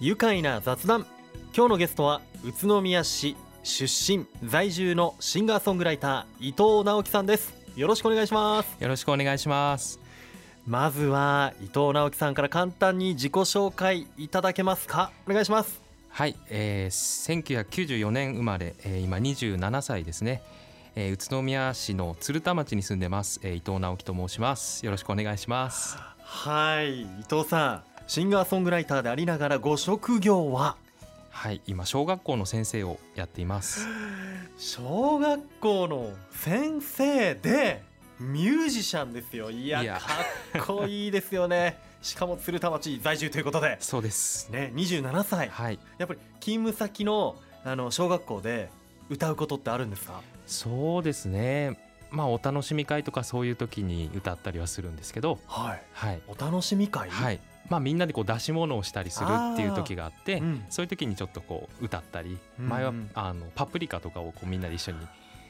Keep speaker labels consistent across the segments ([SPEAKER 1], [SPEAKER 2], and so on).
[SPEAKER 1] 愉快な雑談今日のゲストは宇都宮市出身在住のシンガーソングライター伊藤直樹さんですよろしくお願いします
[SPEAKER 2] よろしくお願いします
[SPEAKER 1] まずは伊藤直樹さんから簡単に自己紹介いただけますかお願いします
[SPEAKER 2] はい、えー、1994年生まれ、えー、今27歳ですね、えー、宇都宮市の鶴田町に住んでます、えー、伊藤直樹と申しますよろしくお願いします
[SPEAKER 1] はい伊藤さんシンガーソングライターでありながらご職業は
[SPEAKER 2] はい今小学校の先生をやっています
[SPEAKER 1] 小学校の先生でミュージシャンですよいや
[SPEAKER 2] いや
[SPEAKER 1] かっこいいですよねしかも鶴田町在住ということで
[SPEAKER 2] そうです
[SPEAKER 1] ね27歳、
[SPEAKER 2] はい
[SPEAKER 1] やっぱり勤務先のあの小学校で歌うことってあるんですか
[SPEAKER 2] そうですねまあお楽しみ会とかそういう時に歌ったりはするんですけど
[SPEAKER 1] はい
[SPEAKER 2] はい
[SPEAKER 1] お楽しみ会
[SPEAKER 2] はいまあみんなでこう出し物をしたりするっていう時があって
[SPEAKER 1] うん
[SPEAKER 2] そういう時にちょっとこう歌ったり、
[SPEAKER 1] うん
[SPEAKER 2] 前
[SPEAKER 1] う
[SPEAKER 2] は
[SPEAKER 1] ん
[SPEAKER 2] あのパプリカとかをこうみんなで一緒に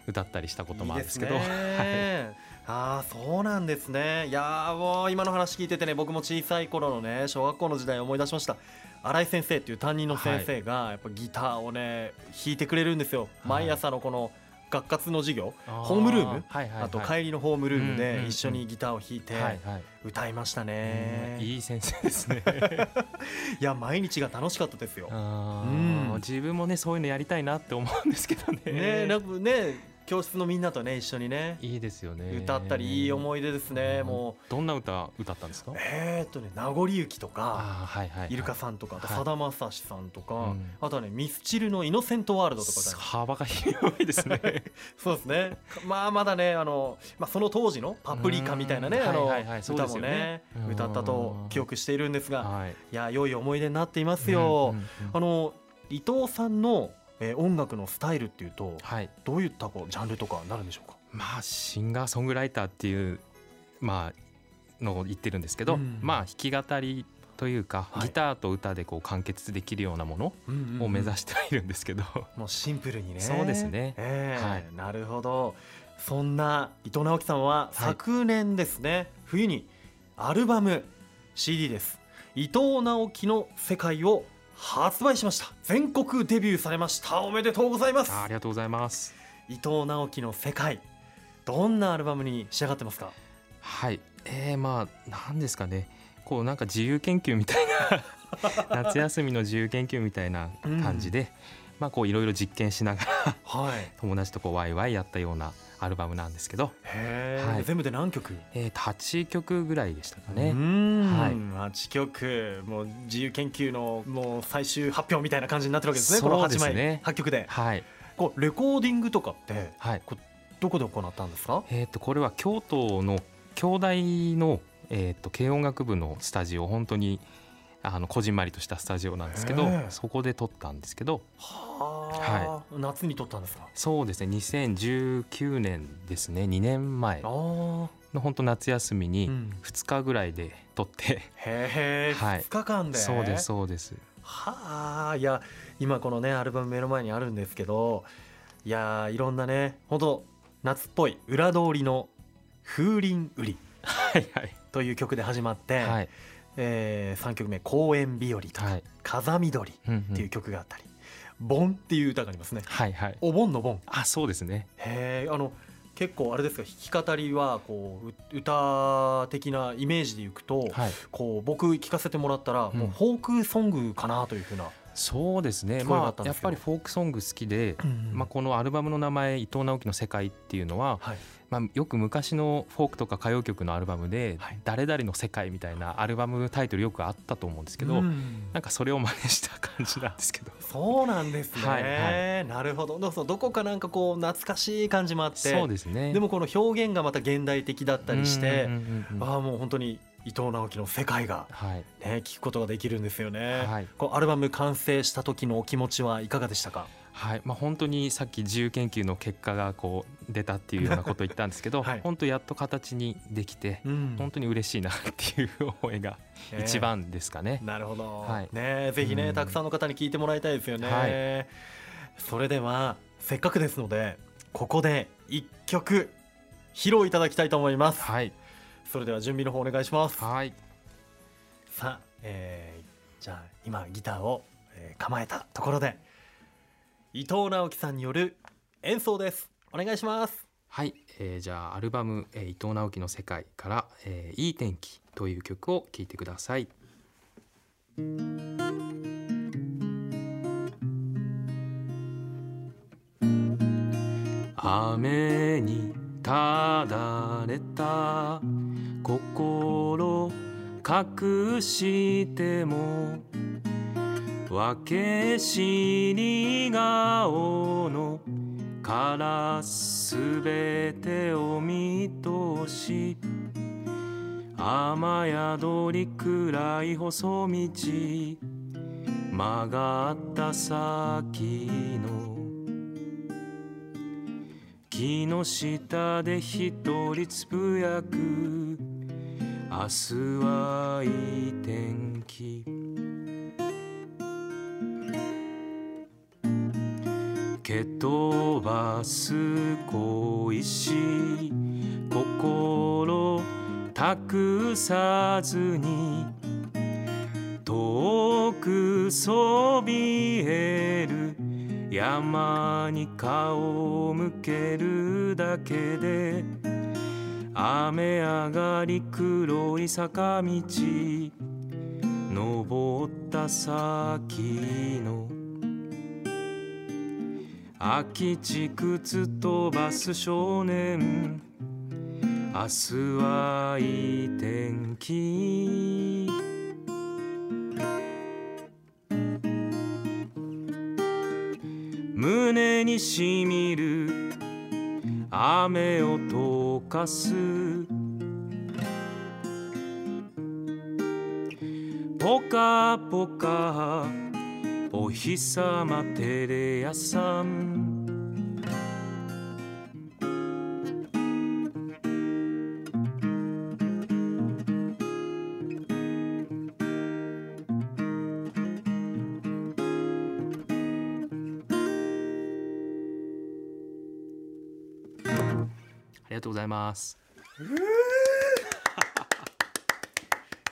[SPEAKER 2] 歌ったりしたこともあるんですけど
[SPEAKER 1] いいですねああそうなんですねいやーもう今の話聞いててね僕も小さい頃のね小学校の時代を思い出しました新井先生っていう担任の先生がやっぱギターをね弾いてくれるんですよ、
[SPEAKER 2] はい
[SPEAKER 1] 毎朝のこの学活の授業
[SPEAKER 2] あ
[SPEAKER 1] ホームルーム
[SPEAKER 2] はいはいはい、
[SPEAKER 1] あと帰りのホームルーム
[SPEAKER 2] うんうん
[SPEAKER 1] で
[SPEAKER 2] うん
[SPEAKER 1] 一緒にギターを弾いて
[SPEAKER 2] はいはい
[SPEAKER 1] 歌いました
[SPEAKER 2] う
[SPEAKER 1] ね
[SPEAKER 2] ん
[SPEAKER 1] い
[SPEAKER 2] いい先生です ね
[SPEAKER 1] や毎日が楽しかったですよ
[SPEAKER 2] あ
[SPEAKER 1] うん
[SPEAKER 2] ー自分もねそういうのやりたいなって思うんですけどね
[SPEAKER 1] ねなんかね教室のみんなとね一緒にね
[SPEAKER 2] いいですよね
[SPEAKER 1] 歌ったりいい思い出ですね
[SPEAKER 2] うん
[SPEAKER 1] もう
[SPEAKER 2] どんな歌歌ったんですか
[SPEAKER 1] えーっとね名残雪とか
[SPEAKER 2] あーはいはいはい
[SPEAKER 1] イルカさんとかあと
[SPEAKER 2] はい
[SPEAKER 1] さだまさしさんとか
[SPEAKER 2] うん
[SPEAKER 1] あとはねミスチルの「イノセントワールド」とかだね
[SPEAKER 2] 幅が広いで すね
[SPEAKER 1] そうですねまあまだねあのまあその当時の「パプリカ」みたいなね
[SPEAKER 2] うん
[SPEAKER 1] あの
[SPEAKER 2] はいはいはいそう
[SPEAKER 1] 歌
[SPEAKER 2] です
[SPEAKER 1] も
[SPEAKER 2] よ
[SPEAKER 1] ね
[SPEAKER 2] ねうん
[SPEAKER 1] 歌ったと記憶しているんですが
[SPEAKER 2] はい
[SPEAKER 1] いや良い思い出になっていますよ
[SPEAKER 2] うんうんうん
[SPEAKER 1] あの伊藤さんのえー音楽のスタイルっていうと
[SPEAKER 2] はい
[SPEAKER 1] どういったこうジャンルとかになるんでしょうか
[SPEAKER 2] まあシンガーソングライターっていうまあのを言ってるんですけど、
[SPEAKER 1] うん
[SPEAKER 2] まあ弾き語りというか、
[SPEAKER 1] はい
[SPEAKER 2] ギターと歌でこう完結できるようなものを目指してはいるんですけど、
[SPEAKER 1] もうシンプルにね。
[SPEAKER 2] そうですね
[SPEAKER 1] ええ
[SPEAKER 2] はい
[SPEAKER 1] なるほど。そんな伊藤直樹さんは昨年ですね、冬にアルバム CD です。伊藤直樹の世界を発売しました。全国デビューされました。おめでとうございます。
[SPEAKER 2] あありがとうございます
[SPEAKER 1] 伊藤直樹の世界。どんなアルバムに仕上がってますか。
[SPEAKER 2] はいえー、まあ何ですかねこうなんか自由研究みたい な夏休みの自由研究みたいな感じで、まあこういろいろ実験しながら
[SPEAKER 1] はい。
[SPEAKER 2] 友達とこうワイワイやったようなアルバムなんですけど、
[SPEAKER 1] へえ、
[SPEAKER 2] はい
[SPEAKER 1] 全部で何曲。
[SPEAKER 2] えー、8曲ぐらいでしたかね。
[SPEAKER 1] うーん、
[SPEAKER 2] はい
[SPEAKER 1] 8曲もう自由研究のもう最終発表みたいな感じになってるわけですねこ
[SPEAKER 2] そ
[SPEAKER 1] の
[SPEAKER 2] うで
[SPEAKER 1] 8
[SPEAKER 2] すね
[SPEAKER 1] 枚8曲で
[SPEAKER 2] はい、
[SPEAKER 1] こうレコーディングとかって
[SPEAKER 2] はい
[SPEAKER 1] どこで行ったんですか
[SPEAKER 2] えー、とこれは京都の京大の、えー、と軽音楽部のスタジオ本当にあのこじんまりとしたスタジオなんですけど
[SPEAKER 1] へえ
[SPEAKER 2] そこで撮ったんですけど
[SPEAKER 1] はあ、夏に撮ったんですか
[SPEAKER 2] そうですね2019年ですね2年前
[SPEAKER 1] あー
[SPEAKER 2] の本当夏休み
[SPEAKER 1] う
[SPEAKER 2] に
[SPEAKER 1] ん
[SPEAKER 2] 2日ぐらいで撮って、
[SPEAKER 1] へえ、
[SPEAKER 2] はい
[SPEAKER 1] 2日間で
[SPEAKER 2] そうですそうです
[SPEAKER 1] はあいや今このねアルバム目の前にあるんですけどいやーいろんなね本当夏っぽい裏通りの「風鈴売り
[SPEAKER 2] はいはい」
[SPEAKER 1] という曲で始まって、
[SPEAKER 2] はい
[SPEAKER 1] えー、3曲目「公園日和」とか
[SPEAKER 2] はい
[SPEAKER 1] 「風見鳥」っ
[SPEAKER 2] うんうん
[SPEAKER 1] ていう曲があったり「盆」っていう歌がありますね。
[SPEAKER 2] はいはい
[SPEAKER 1] お盆の盆
[SPEAKER 2] あそうですね
[SPEAKER 1] へえあの結構あれですか弾き語りはこうう歌的なイメージでいくと、
[SPEAKER 2] はい
[SPEAKER 1] こう僕聞かせてもらったら、
[SPEAKER 2] うん
[SPEAKER 1] もうフォークソングかなというふうな、
[SPEAKER 2] そうですね
[SPEAKER 1] すごい良か
[SPEAKER 2] ま
[SPEAKER 1] ったん
[SPEAKER 2] あ
[SPEAKER 1] で
[SPEAKER 2] や
[SPEAKER 1] す
[SPEAKER 2] っ
[SPEAKER 1] けど
[SPEAKER 2] ぱりフォークソング好きで、まあ、このアルバムの名前伊藤直樹の世界っていうのは、
[SPEAKER 1] はい
[SPEAKER 2] まあ、よく昔のフォークとか歌謡曲のアルバムで
[SPEAKER 1] はい
[SPEAKER 2] 「誰々の世界」みたいなアルバムタイトルよくあったと思うんですけど、
[SPEAKER 1] うん
[SPEAKER 2] なんかそれを真似した感じなんですけ ど
[SPEAKER 1] そうなんですね、
[SPEAKER 2] はい
[SPEAKER 1] なるほどどうぞどこかなんかこう懐かしい感じもあって
[SPEAKER 2] そうですね
[SPEAKER 1] でもこの表現がまた現代的だったりして、
[SPEAKER 2] うんうんうんうん
[SPEAKER 1] ああもう本当に伊藤直樹の世界が、
[SPEAKER 2] はい
[SPEAKER 1] ね、聞くことができるんですよね、
[SPEAKER 2] はい
[SPEAKER 1] こうアルバム完成した時のお気持ちはいかがでしたか
[SPEAKER 2] はいまあ、本当にさっき自由研究の結果がこう出たっていうようなことを言ったんですけ ど、
[SPEAKER 1] はい
[SPEAKER 2] 本当やっと形にできて、
[SPEAKER 1] うん
[SPEAKER 2] 本当に嬉しいなっていう思いが
[SPEAKER 1] ね
[SPEAKER 2] 一番ですかね。
[SPEAKER 1] なるほど、
[SPEAKER 2] はい
[SPEAKER 1] ねぜひね、
[SPEAKER 2] うん
[SPEAKER 1] たくさんの方に聞いてもらいたいですよね、
[SPEAKER 2] は
[SPEAKER 1] それではせっかくですのでここで一曲披露いただきたいと思います
[SPEAKER 2] はい、
[SPEAKER 1] それでは準備の方お願いします
[SPEAKER 2] はい
[SPEAKER 1] さあ、えじゃあ今ギターを、えー構えたところで伊藤直樹さんによる演奏ですお願いします
[SPEAKER 2] はい、えーじゃあアルバム、えー伊藤直樹の世界から、えーいい天気という曲を聴いてください。雨にただれた心隠してもわけ知り顔のからすべてを見通し雨宿り暗い細道曲がった先の木の下で一人つぶやく明日はいい天気蹴飛ばす小石心託さずに遠くそびえる山に顔を向けるだけで雨上がり黒い坂道登った先の空き地靴飛ばす少年明日はいい天気胸にしみる雨を溶かすポカポカお日様テレ屋さんありがとうございます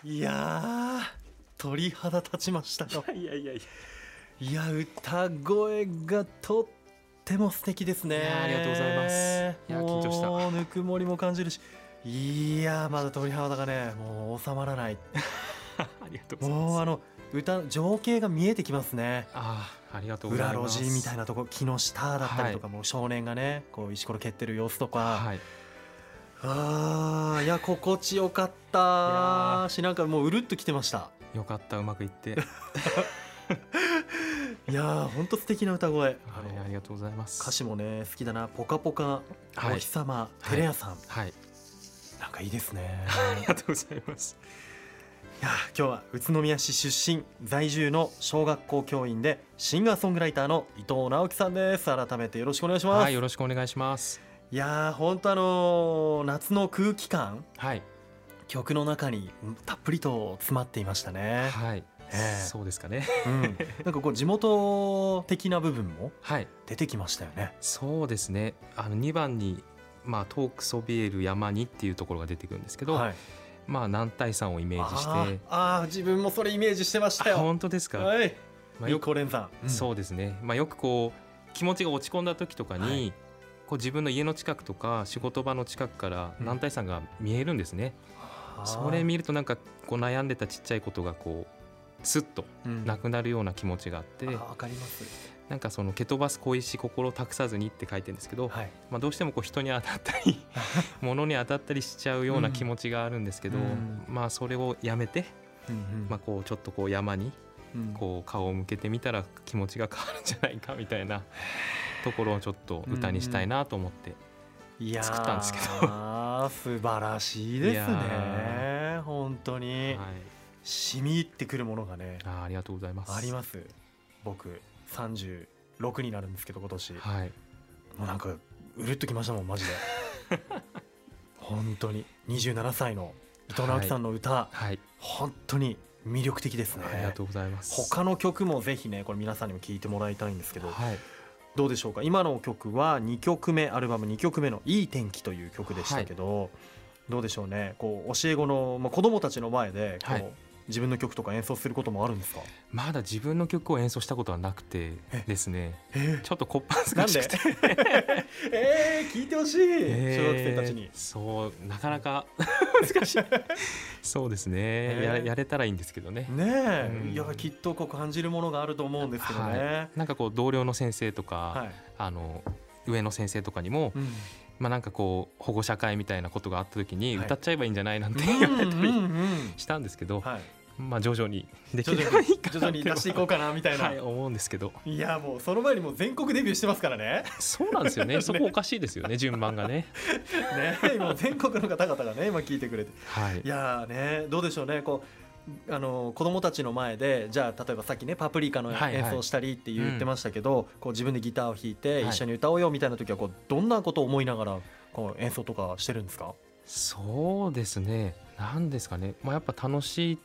[SPEAKER 1] いやー鳥肌立ちましたよ
[SPEAKER 2] いやいやいや
[SPEAKER 1] いや歌声がとっても素敵ですね
[SPEAKER 2] いやーありがとうございますいやー緊張した
[SPEAKER 1] もうぬくもりも感じるしいやーまだ鳥肌がねもう収まらない
[SPEAKER 2] ありがとうございます
[SPEAKER 1] もうあの歌情景が見えてきますね
[SPEAKER 2] ああ、ありがとうござ
[SPEAKER 1] 裏
[SPEAKER 2] いま
[SPEAKER 1] 路
[SPEAKER 2] す。
[SPEAKER 1] 地みたいなとこ木の下だったりとか、
[SPEAKER 2] は
[SPEAKER 1] もう少年がねこう石ころ蹴ってる様子とか、
[SPEAKER 2] はい。い
[SPEAKER 1] あーいや心地よかっ
[SPEAKER 2] いや
[SPEAKER 1] たしなんかもううるっときてました
[SPEAKER 2] よかった、うまくいって。
[SPEAKER 1] いやーほんと素敵な歌声、あ
[SPEAKER 2] はい、
[SPEAKER 1] の
[SPEAKER 2] ありがとうございます。
[SPEAKER 1] 歌詞もね好きだな「ぽかぽか」
[SPEAKER 2] はい
[SPEAKER 1] お日様」テレ屋さん、
[SPEAKER 2] はい、
[SPEAKER 1] なんかいいですね
[SPEAKER 2] ありがとうございます。
[SPEAKER 1] いやー今日は宇都宮市出身在住の小学校教員でシンガーソングライターの伊藤直樹さんです改めてよろしくお願いします、
[SPEAKER 2] はい、
[SPEAKER 1] い、
[SPEAKER 2] よろしくお願いします。
[SPEAKER 1] やーほんとあのー夏の空気感
[SPEAKER 2] はい、
[SPEAKER 1] 曲の中にうんたっぷりと詰まっていましたね、
[SPEAKER 2] はい、
[SPEAKER 1] ええ
[SPEAKER 2] そうで すかね。
[SPEAKER 1] うん、なんかこう地元的な部分も
[SPEAKER 2] はい、
[SPEAKER 1] 出てきましたよね
[SPEAKER 2] そうですね。あの二番に。まあ、遠くそびえる山にっていうところが出てくるんですけど、
[SPEAKER 1] はい、
[SPEAKER 2] まあ南体山をイメージ
[SPEAKER 1] あ
[SPEAKER 2] し
[SPEAKER 1] ーあー自分もそれイメージしてました
[SPEAKER 2] てあ
[SPEAKER 1] よ
[SPEAKER 2] 本当ですか、
[SPEAKER 1] はい
[SPEAKER 2] まあ、
[SPEAKER 1] リ
[SPEAKER 2] よ
[SPEAKER 1] コレンさん、うん
[SPEAKER 2] そうですね、まあ、よくこう気持ちが落ち込んだ時とかに、
[SPEAKER 1] はい
[SPEAKER 2] こう自分の家の近くとか仕事場の近くから
[SPEAKER 1] うん
[SPEAKER 2] 男体山が見えるんですね、
[SPEAKER 1] あー
[SPEAKER 2] それ見るとなんかこう悩んでたちっちゃいことがこうスッと
[SPEAKER 1] うん
[SPEAKER 2] なくなるような気持ちがあっ
[SPEAKER 1] あ
[SPEAKER 2] て、
[SPEAKER 1] ーわかります
[SPEAKER 2] なんかその「蹴飛ばす小石心を託さずに」って書いてるんですけど、
[SPEAKER 1] はい
[SPEAKER 2] まあ、どうしてもこう人に当たったり物に当たったりしちゃうような気持ちがあるんですけど、
[SPEAKER 1] うん
[SPEAKER 2] まあ、それをやめて、まあ、こうちょっとこう山に
[SPEAKER 1] うん
[SPEAKER 2] こう顔を向けてみたら気持ちが変わるんじゃないかみたい なところをちょっと歌にしたいなと思って、
[SPEAKER 1] いやー
[SPEAKER 2] 作ったんですけど
[SPEAKER 1] 素晴らしいで
[SPEAKER 2] い
[SPEAKER 1] すね
[SPEAKER 2] や
[SPEAKER 1] 本当に、
[SPEAKER 2] はい、
[SPEAKER 1] 染み入ってくるものがね
[SPEAKER 2] あーありがとうございます。
[SPEAKER 1] あります僕36になるんですけど今年も
[SPEAKER 2] はい、
[SPEAKER 1] うなんかうるっときましたもんマジ で本当に27歳の伊藤直樹さんの歌、
[SPEAKER 2] はい、
[SPEAKER 1] 本当に魅力的ですね
[SPEAKER 2] ありがとうございます。
[SPEAKER 1] 他の曲もぜひねこれ皆さんにも聴いてもらいたいんですけど
[SPEAKER 2] はい、
[SPEAKER 1] どうでしょうか今の曲は2曲目アルバム2曲目の「いい天気」という曲でしたけど、どうでしょうねこう教え子の、まあ、子供たちの前でこう、
[SPEAKER 2] はい
[SPEAKER 1] 自分の曲とか演奏することもあるんですか
[SPEAKER 2] まだ自分の曲を演奏したことはなくてですね
[SPEAKER 1] え
[SPEAKER 2] ちょっとこっぱず
[SPEAKER 1] な
[SPEAKER 2] か
[SPEAKER 1] ん
[SPEAKER 2] し
[SPEAKER 1] で
[SPEAKER 2] くて
[SPEAKER 1] えー、聞いてほしい、
[SPEAKER 2] えー
[SPEAKER 1] 小学生たちに
[SPEAKER 2] そうなかな か難しい そうですね、
[SPEAKER 1] え
[SPEAKER 2] ややれたらいいんですけどね
[SPEAKER 1] ねえ、
[SPEAKER 2] うん
[SPEAKER 1] いやきっとこう感じるものがあると思うんですけどね
[SPEAKER 2] は。い、なんかこう同僚の先生とか、
[SPEAKER 1] はい、
[SPEAKER 2] あの上の先生とかに も、
[SPEAKER 1] うん
[SPEAKER 2] まあ、なんかこう保護者会みたいなことがあった時に
[SPEAKER 1] はい
[SPEAKER 2] 歌っちゃえばいいんじゃないなんて言われた
[SPEAKER 1] うん
[SPEAKER 2] り
[SPEAKER 1] うんうん
[SPEAKER 2] したんですけど、
[SPEAKER 1] はい、
[SPEAKER 2] まあ、徐々にで
[SPEAKER 1] 徐
[SPEAKER 2] きれば
[SPEAKER 1] 々
[SPEAKER 2] い
[SPEAKER 1] に
[SPEAKER 2] いかな
[SPEAKER 1] 徐々に出していこうかなみたいな、
[SPEAKER 2] はい、思うんですけど
[SPEAKER 1] い、やもうその前にもう全国デビューしてますから ね
[SPEAKER 2] そうなんですよね
[SPEAKER 1] ね
[SPEAKER 2] そこおかしいですよね順 番がね。
[SPEAKER 1] ねえもう全国の方々がね今聞いてくれて
[SPEAKER 2] はい
[SPEAKER 1] いやーねどうでしょうねこうあの子供たちの前でじゃあ例えばさっきね「パプリカ」の
[SPEAKER 2] はいはい
[SPEAKER 1] 演奏したりって言ってましたけど、こう自分でギターを弾いて
[SPEAKER 2] はい
[SPEAKER 1] 一緒に歌おうよみたいな時はこうどんなことを思いながらこう演奏とかしてるんですか、
[SPEAKER 2] そうですねなんですかね、まあ、やっぱ楽しいっ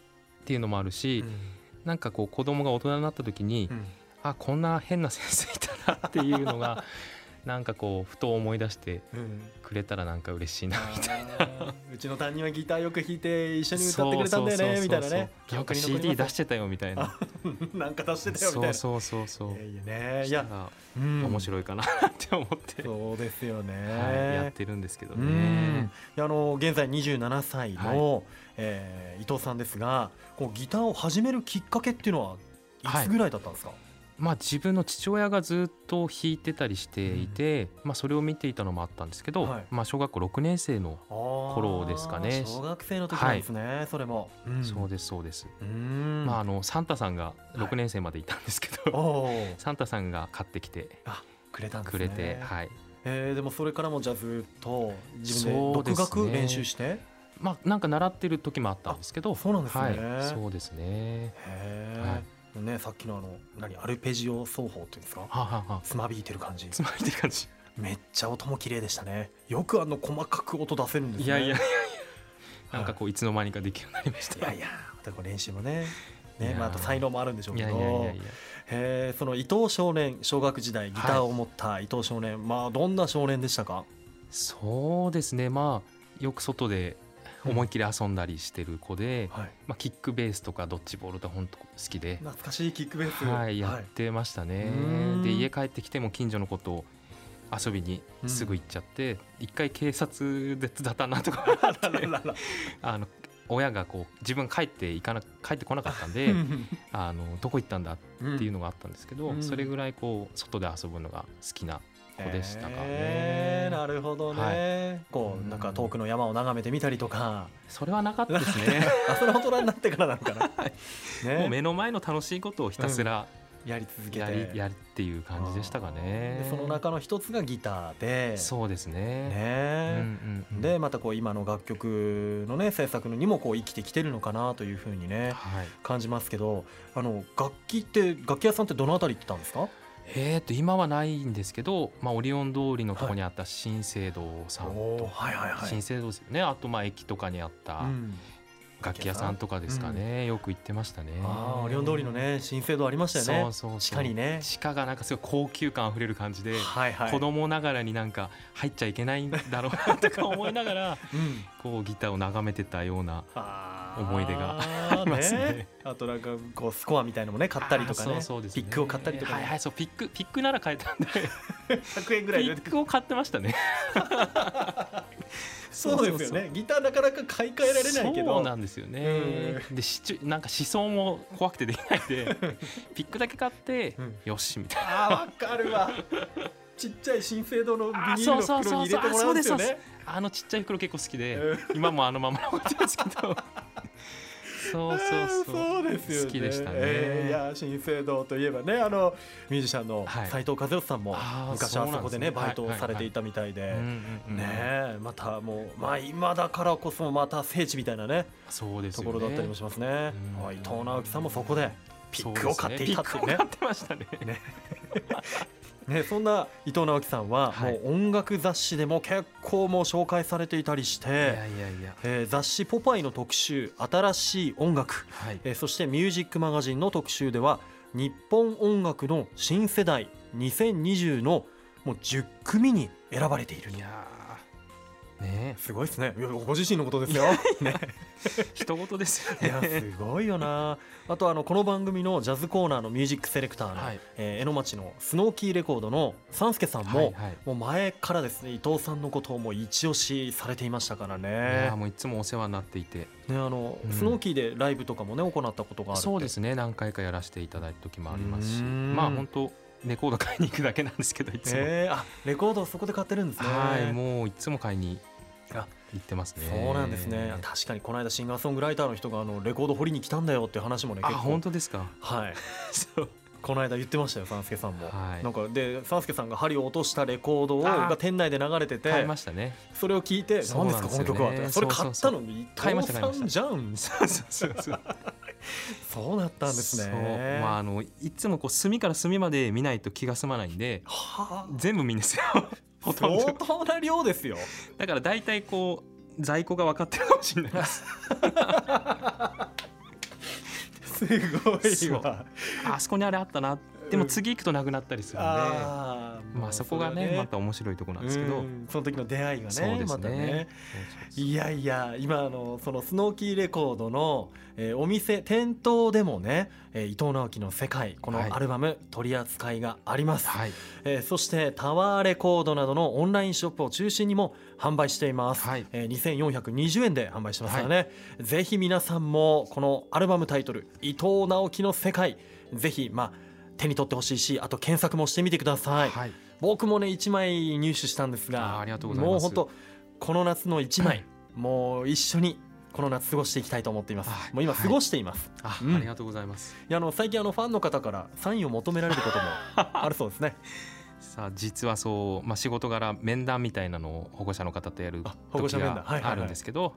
[SPEAKER 2] ていうのもあるし、なんかこう子供が大人になった時に、
[SPEAKER 1] うん
[SPEAKER 2] あこんな変な先生いたなっていうの がなんかこうふと思い出して
[SPEAKER 1] うん
[SPEAKER 2] くれたらなんか嬉しいな みたい
[SPEAKER 1] あーうちの担任はギターよく弾いて一緒に歌ってくれたんだよねみたいなね
[SPEAKER 2] な
[SPEAKER 1] 記
[SPEAKER 2] ん
[SPEAKER 1] 憶
[SPEAKER 2] か
[SPEAKER 1] に残り
[SPEAKER 2] CD
[SPEAKER 1] ます
[SPEAKER 2] 出してたよみたいな
[SPEAKER 1] なんか出してたよみた
[SPEAKER 2] そ
[SPEAKER 1] いうな
[SPEAKER 2] そうそうそう
[SPEAKER 1] いやいやねい
[SPEAKER 2] した
[SPEAKER 1] や、
[SPEAKER 2] ら
[SPEAKER 1] うん
[SPEAKER 2] 面白いかなって思って、
[SPEAKER 1] そうですよね、
[SPEAKER 2] はい、やってるんですけど
[SPEAKER 1] うん
[SPEAKER 2] ね、
[SPEAKER 1] であの現在27歳の、えー伊藤さんですがこうギターを始めるきっかけっていうのはいつぐらいだったんですか、
[SPEAKER 2] まあ自分の父親がずっと弾いてたりしていて、まあそれを見ていたのもあったんですけど、
[SPEAKER 1] はい
[SPEAKER 2] まあ小学校6年生の、
[SPEAKER 1] あー
[SPEAKER 2] 頃ですかね
[SPEAKER 1] 小学生の時なんですね、それも、うん
[SPEAKER 2] そうですそうです、
[SPEAKER 1] うん
[SPEAKER 2] まああのサンタさんが
[SPEAKER 1] い
[SPEAKER 2] 6年生までいたんですけど、
[SPEAKER 1] おー
[SPEAKER 2] サンタさんが買ってきて
[SPEAKER 1] くれたんです
[SPEAKER 2] く
[SPEAKER 1] ね
[SPEAKER 2] れて、はい
[SPEAKER 1] えーでもそれからもじゃあずっと自分
[SPEAKER 2] そ
[SPEAKER 1] で
[SPEAKER 2] うです
[SPEAKER 1] 独
[SPEAKER 2] ね
[SPEAKER 1] 学練習して、
[SPEAKER 2] まあなんか習ってる時もあったんですけど
[SPEAKER 1] あそうなんですね
[SPEAKER 2] はい、そうですね
[SPEAKER 1] へ
[SPEAKER 2] は
[SPEAKER 1] え、ねさっきのあの何アルペジオ奏法っていうんですか
[SPEAKER 2] はあ、はあはあ、
[SPEAKER 1] つまびいてる感じ
[SPEAKER 2] つまりって感じ
[SPEAKER 1] めっちゃ音も綺麗でしたねよくあの細かく音出せるんですね
[SPEAKER 2] いやいやいやいや
[SPEAKER 1] はい
[SPEAKER 2] なんかこういつの間にかできるようになりました
[SPEAKER 1] いやいやまたこう練習もね
[SPEAKER 2] い
[SPEAKER 1] ね
[SPEAKER 2] やー
[SPEAKER 1] まあ、あと才能もあるんでしょう
[SPEAKER 2] い
[SPEAKER 1] け
[SPEAKER 2] や
[SPEAKER 1] ど
[SPEAKER 2] いやいやいや
[SPEAKER 1] へーその伊藤少年小学時代ギターを持った伊藤少年、まあどんな少年でしたか
[SPEAKER 2] そうですねまあよく外で思いっきり遊んだりしてる子で、
[SPEAKER 1] はい
[SPEAKER 2] まあ、キックベースとかドッジボールとか本当好きで、
[SPEAKER 1] 懐かしいキックベース
[SPEAKER 2] はい、やってましたね、
[SPEAKER 1] うん
[SPEAKER 2] で家帰ってきても近所の子と遊びにすぐ行っちゃって、一回警察でだったなとか
[SPEAKER 1] あららら ら
[SPEAKER 2] あの親がこう自分帰って行かな帰ってこなかったんであのどこ行ったんだって
[SPEAKER 1] うん
[SPEAKER 2] いうのがあったんですけど、
[SPEAKER 1] うん
[SPEAKER 2] それぐらいこう外で遊ぶのが好きな子でしたかね。
[SPEAKER 1] へーなるほどね、こうなんか遠くの山を眺めてみたりとか、
[SPEAKER 2] それはなかったですね。
[SPEAKER 1] あそれは大人になってからなのかな。
[SPEAKER 2] もう
[SPEAKER 1] ね、
[SPEAKER 2] 目の前の楽しいことをひたすら
[SPEAKER 1] やり続けて
[SPEAKER 2] やり、やるっていう感じでしたかね
[SPEAKER 1] で。その中の一つがギターで、
[SPEAKER 2] そうですね。うん
[SPEAKER 1] ね。
[SPEAKER 2] うんうん
[SPEAKER 1] でまたこう今の楽曲のね制作にもこう生きてきてるのかなというふうにね
[SPEAKER 2] はい、
[SPEAKER 1] 感じますけど、あの楽器って楽器屋さんってどのあたり行ってたんですか？
[SPEAKER 2] えー、と今はないんですけど、まあ、オリオン通りのとこにあった新生堂さん
[SPEAKER 1] お
[SPEAKER 2] と、
[SPEAKER 1] ーはいはいはい
[SPEAKER 2] 新。生堂ですよねあとまあ駅とかにあった
[SPEAKER 1] うん
[SPEAKER 2] 楽器屋さんとかですかね、よく行ってましたね。
[SPEAKER 1] ああオリオン通りのね新制度ありましたよね。
[SPEAKER 2] そうそうそう
[SPEAKER 1] 地下にね
[SPEAKER 2] 地下がなんかすごい高級感あふれる感じで、
[SPEAKER 1] はいはい。
[SPEAKER 2] 子供ながらになんか入っちゃいけないんだろうなとか思いなが ら
[SPEAKER 1] うん
[SPEAKER 2] こうギターを眺めてたような
[SPEAKER 1] あー
[SPEAKER 2] 思い出がありますね
[SPEAKER 1] あとなんかこうスコアみたいのもね買ったりとかね
[SPEAKER 2] あーそうそうです
[SPEAKER 1] ピックを買ったりとか、
[SPEAKER 2] はいはいそうピックピックなら買えたんで
[SPEAKER 1] 100円ぐ
[SPEAKER 2] ピ
[SPEAKER 1] らいで
[SPEAKER 2] ックを買ってまし たね
[SPEAKER 1] そうですよねギターなかなか買い替えられないけど
[SPEAKER 2] そうなんですよねでしちゅなんか思想も怖くてできない でピックだけ買って、
[SPEAKER 1] うん
[SPEAKER 2] よしみたいな
[SPEAKER 1] あーわかるわちっちゃい新生堂のビニールの
[SPEAKER 2] あーそうそ
[SPEAKER 1] 袋に
[SPEAKER 2] うそう
[SPEAKER 1] 入れて
[SPEAKER 2] そう
[SPEAKER 1] もらうんですよ
[SPEAKER 2] あそ
[SPEAKER 1] ね
[SPEAKER 2] あのちっちゃい袋結構好きで、今もあのまま残ってますけどそうそうそう
[SPEAKER 1] あーそうですよね
[SPEAKER 2] 好きでしたね、
[SPEAKER 1] えーいや新生堂といえばねあのミュージシャンの
[SPEAKER 2] はい
[SPEAKER 1] 斉藤和義さんも
[SPEAKER 2] あー
[SPEAKER 1] 昔あそこでね
[SPEAKER 2] そうなん
[SPEAKER 1] バイ
[SPEAKER 2] です
[SPEAKER 1] ト
[SPEAKER 2] ね
[SPEAKER 1] をされていたみたい
[SPEAKER 2] うん
[SPEAKER 1] で。
[SPEAKER 2] うんうん
[SPEAKER 1] ねえまたもうまあ今だからこそまた聖地みたいなね
[SPEAKER 2] そうです
[SPEAKER 1] と
[SPEAKER 2] よ
[SPEAKER 1] こ
[SPEAKER 2] ね
[SPEAKER 1] ろだったりもしますね
[SPEAKER 2] うん
[SPEAKER 1] はい伊藤直樹さんもそこでピックを買っていたっていう
[SPEAKER 2] そうですねピ
[SPEAKER 1] ね
[SPEAKER 2] ックを買ってましたね
[SPEAKER 1] ねそんな伊藤直樹さんは
[SPEAKER 2] は
[SPEAKER 1] も
[SPEAKER 2] いう
[SPEAKER 1] 音楽雑誌でも結構もう紹介されていたりして、
[SPEAKER 2] いやいやいや
[SPEAKER 1] えー雑誌「ポパイ」の特集「新しい音楽
[SPEAKER 2] はい」
[SPEAKER 1] えーそして「ミュージックマガジン」の特集では日本音楽の新世代2020のもう10組に選ばれている
[SPEAKER 2] いやーね
[SPEAKER 1] すごいですねいやご自身のことですよ、ね、
[SPEAKER 2] え人事ですよ
[SPEAKER 1] いや
[SPEAKER 2] ね
[SPEAKER 1] すごいよなあとあのこの番組のジャズコーナーのミュージックセレクターの、
[SPEAKER 2] はい
[SPEAKER 1] えー江ノ町のスノーキーレコードの三助さんも、
[SPEAKER 2] はいはい
[SPEAKER 1] もう前からですね伊藤さんのことをもう一押しされていましたから
[SPEAKER 2] い
[SPEAKER 1] ね
[SPEAKER 2] やもういつもお世話になっていて
[SPEAKER 1] ねあの、
[SPEAKER 2] うん
[SPEAKER 1] スノーキーでライブとかもね行ったことがあるって
[SPEAKER 2] そうですね何回かやらせていただいた時もあります
[SPEAKER 1] う
[SPEAKER 2] し
[SPEAKER 1] ーん
[SPEAKER 2] まあ本当レコード買いに行くだけなんですけどいつも、
[SPEAKER 1] えーあレコードをそこで買ってるんですね
[SPEAKER 2] はいもういつも買いに行
[SPEAKER 1] あ
[SPEAKER 2] ってますね
[SPEAKER 1] そうなんですね確かにこの間シンガーソングライターの人があのレコード掘りに来たんだよっていう話もね
[SPEAKER 2] あ
[SPEAKER 1] 結構
[SPEAKER 2] 本当ですか
[SPEAKER 1] はい
[SPEAKER 2] そう
[SPEAKER 1] この間言ってましたよ三助さんも、
[SPEAKER 2] はい
[SPEAKER 1] なんかで三助さんが針を落としたレコードを
[SPEAKER 2] あー
[SPEAKER 1] が店内で流れて
[SPEAKER 2] 買い
[SPEAKER 1] て
[SPEAKER 2] ましたね
[SPEAKER 1] それを聞いて「
[SPEAKER 2] そう
[SPEAKER 1] 何で
[SPEAKER 2] な
[SPEAKER 1] すか
[SPEAKER 2] んで
[SPEAKER 1] こ
[SPEAKER 2] す
[SPEAKER 1] の
[SPEAKER 2] よね
[SPEAKER 1] 曲は」ってそれ買ったの伊
[SPEAKER 2] 買いま
[SPEAKER 1] 藤
[SPEAKER 2] した
[SPEAKER 1] さ
[SPEAKER 2] 買いました
[SPEAKER 1] んじゃん
[SPEAKER 2] そうそうそうそう
[SPEAKER 1] そうだったんですね
[SPEAKER 2] そうまああのいつもこう隅から隅まで見ないと気が済まないんで
[SPEAKER 1] は
[SPEAKER 2] 全部見るんですよ
[SPEAKER 1] あ
[SPEAKER 2] ほとん
[SPEAKER 1] 相
[SPEAKER 2] ど
[SPEAKER 1] 当な量ですよ
[SPEAKER 2] だから大体こう在庫が分かってるかもしれないです
[SPEAKER 1] すごいわ
[SPEAKER 2] ああそこにあれあったなでも次行くとなくなったりするんで
[SPEAKER 1] あー
[SPEAKER 2] まあそこがね
[SPEAKER 1] れ
[SPEAKER 2] また面白いとこなんですけ
[SPEAKER 1] う
[SPEAKER 2] ど
[SPEAKER 1] んその時の出会いが
[SPEAKER 2] そう
[SPEAKER 1] ね
[SPEAKER 2] ですね
[SPEAKER 1] またね
[SPEAKER 2] そうそうそう
[SPEAKER 1] いやいや今あのそのスノーキーレコードの、えーお店店頭でもね、えー伊藤直樹の「世界」この
[SPEAKER 2] はい
[SPEAKER 1] アルバム、取り扱いがあります、
[SPEAKER 2] はい
[SPEAKER 1] えーそしてタワーレコードなどのオンラインショップを中心にも販売しています、
[SPEAKER 2] はい
[SPEAKER 1] えー2420円で販売してますからね、ぜひ皆さんもこのアルバムタイトル「伊藤直樹の世界」ぜひまあ手に取ってほしいしあと検索もしてみてください、
[SPEAKER 2] はい
[SPEAKER 1] 僕もね1枚入手したんですが
[SPEAKER 2] あーありがとうございます
[SPEAKER 1] もう本当この夏の1枚もう一緒にこの夏過ごしていきたいと思っています
[SPEAKER 2] はい
[SPEAKER 1] もう今
[SPEAKER 2] はい
[SPEAKER 1] 過ごしています、
[SPEAKER 2] あ
[SPEAKER 1] うん
[SPEAKER 2] ありがとうございます
[SPEAKER 1] いやあの最近あのファンの方からサインを求められることもあるそう ですね
[SPEAKER 2] さあ実はそう、まあ、仕事柄面談みたいなのを保護者の方とやる
[SPEAKER 1] あ保護
[SPEAKER 2] 時
[SPEAKER 1] 者面談
[SPEAKER 2] が
[SPEAKER 1] はいはいはい
[SPEAKER 2] あるんですけど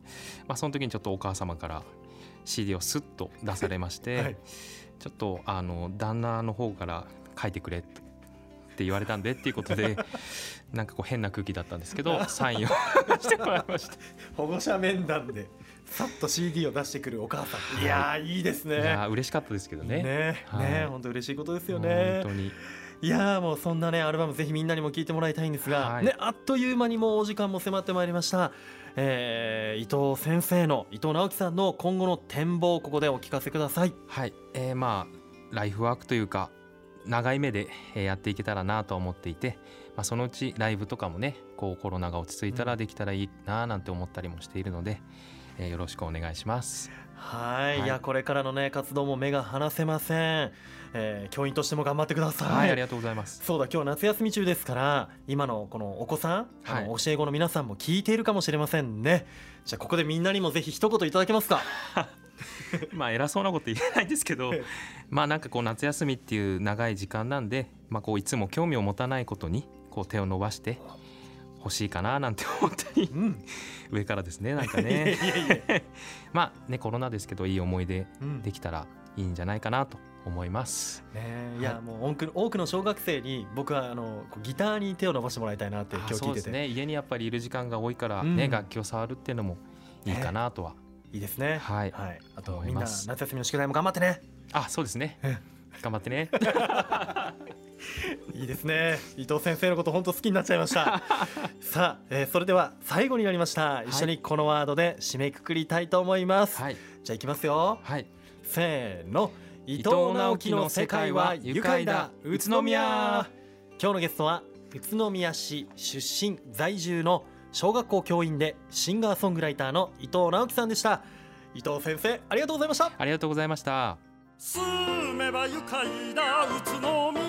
[SPEAKER 2] まあその時にちょっとお母様から CD をスッと出されまして、
[SPEAKER 1] はい
[SPEAKER 2] ちょっとあの旦那の方から書いてくれって言われたんでっていうこ とでなんかこう変な空気だったんですけどサインをしてもらいました。
[SPEAKER 1] 保護者面談でさっと CD を出してくるお母さんいやーいいですね
[SPEAKER 2] いやー嬉しかったですけど
[SPEAKER 1] ね
[SPEAKER 2] ね。はい
[SPEAKER 1] ね本当嬉しいことですよね
[SPEAKER 2] 本当に
[SPEAKER 1] いやーもうそんなねアルバムぜひみんなにも聴いてもらいたいんですが、
[SPEAKER 2] はい
[SPEAKER 1] ねあっという間にもうお時間も迫ってまいりました、えー伊藤先生の伊藤直樹さんの今後の展望をここでお聞かせください
[SPEAKER 2] はい、えーまあライフワークというか長い目でえーやっていけたらなとは思っていて、まあ、そのうちライブとかもねこうコロナが落ち着いたらできたらいいなあなんて思ったりもしているので、えーよろしくお願いします。
[SPEAKER 1] はいい
[SPEAKER 2] はい
[SPEAKER 1] やこれからのね活動も目が離せません、えー教員としても頑張ってくださ、
[SPEAKER 2] はいい、ありがとうございます。
[SPEAKER 1] そうだ今日夏休み中ですから今のこのお子さん、あの
[SPEAKER 2] は
[SPEAKER 1] 教え子の皆さんも聞いているかもしれませんねじゃあここでみんなにもぜひ一言いただけますか
[SPEAKER 2] まあ偉そうなこと言えないんですけど
[SPEAKER 1] ええ、
[SPEAKER 2] まあなんかこう夏休みっていう長い時間なんで、まあこういつも興味を持たないことにこう手を伸ばして欲しいかななんて思ったり
[SPEAKER 1] うん、
[SPEAKER 2] 上からですねなん か
[SPEAKER 1] いやい
[SPEAKER 2] ね、
[SPEAKER 1] やいや、
[SPEAKER 2] まあねコロナですけどいい思い出
[SPEAKER 1] うん
[SPEAKER 2] できたらいいんじゃないかなと思います。
[SPEAKER 1] ねえ、い、
[SPEAKER 2] は
[SPEAKER 1] や
[SPEAKER 2] い
[SPEAKER 1] もう多く多くの小学生に僕はあのこうギターに手を伸ばしてもらいたいなって今日
[SPEAKER 2] あそ
[SPEAKER 1] 聞いうて
[SPEAKER 2] です
[SPEAKER 1] て、
[SPEAKER 2] ね。家にやっぱりいる時間が多いからね、
[SPEAKER 1] うん
[SPEAKER 2] 楽器を触るっていうのもいいかなとは。
[SPEAKER 1] いいですねは
[SPEAKER 2] はい
[SPEAKER 1] い、。あと
[SPEAKER 2] 思い
[SPEAKER 1] みんな
[SPEAKER 2] ま
[SPEAKER 1] 夏
[SPEAKER 2] す
[SPEAKER 1] 休みの宿題も頑張ってね
[SPEAKER 2] あ、そうですね
[SPEAKER 1] うん。
[SPEAKER 2] 頑張ってね。
[SPEAKER 1] いいですね伊藤先生のこと本当好きになっちゃいました さあ、えーそれでは最後になりました
[SPEAKER 2] い
[SPEAKER 1] 一緒にこのワードで締めくくりたいと思います、
[SPEAKER 2] はい
[SPEAKER 1] じゃあいきますよ
[SPEAKER 2] はい。
[SPEAKER 1] せーの伊藤
[SPEAKER 2] 藤
[SPEAKER 1] 直
[SPEAKER 2] 直
[SPEAKER 1] 樹
[SPEAKER 2] 樹
[SPEAKER 1] の
[SPEAKER 2] の
[SPEAKER 1] 世
[SPEAKER 2] 世
[SPEAKER 1] 界
[SPEAKER 2] 界
[SPEAKER 1] は
[SPEAKER 2] は
[SPEAKER 1] 愉
[SPEAKER 2] 愉
[SPEAKER 1] 快
[SPEAKER 2] 快
[SPEAKER 1] だ
[SPEAKER 2] だ
[SPEAKER 1] 宇
[SPEAKER 2] 宇
[SPEAKER 1] 都
[SPEAKER 2] 都
[SPEAKER 1] 宮
[SPEAKER 2] 宮
[SPEAKER 1] 今日のゲストは宇都宮市出身在住の小学校教員でシンガーソングライターの伊藤直樹さんでした伊藤先生ありがとうございました
[SPEAKER 2] ありがとうございました。
[SPEAKER 3] 住めば愉快な宇都宮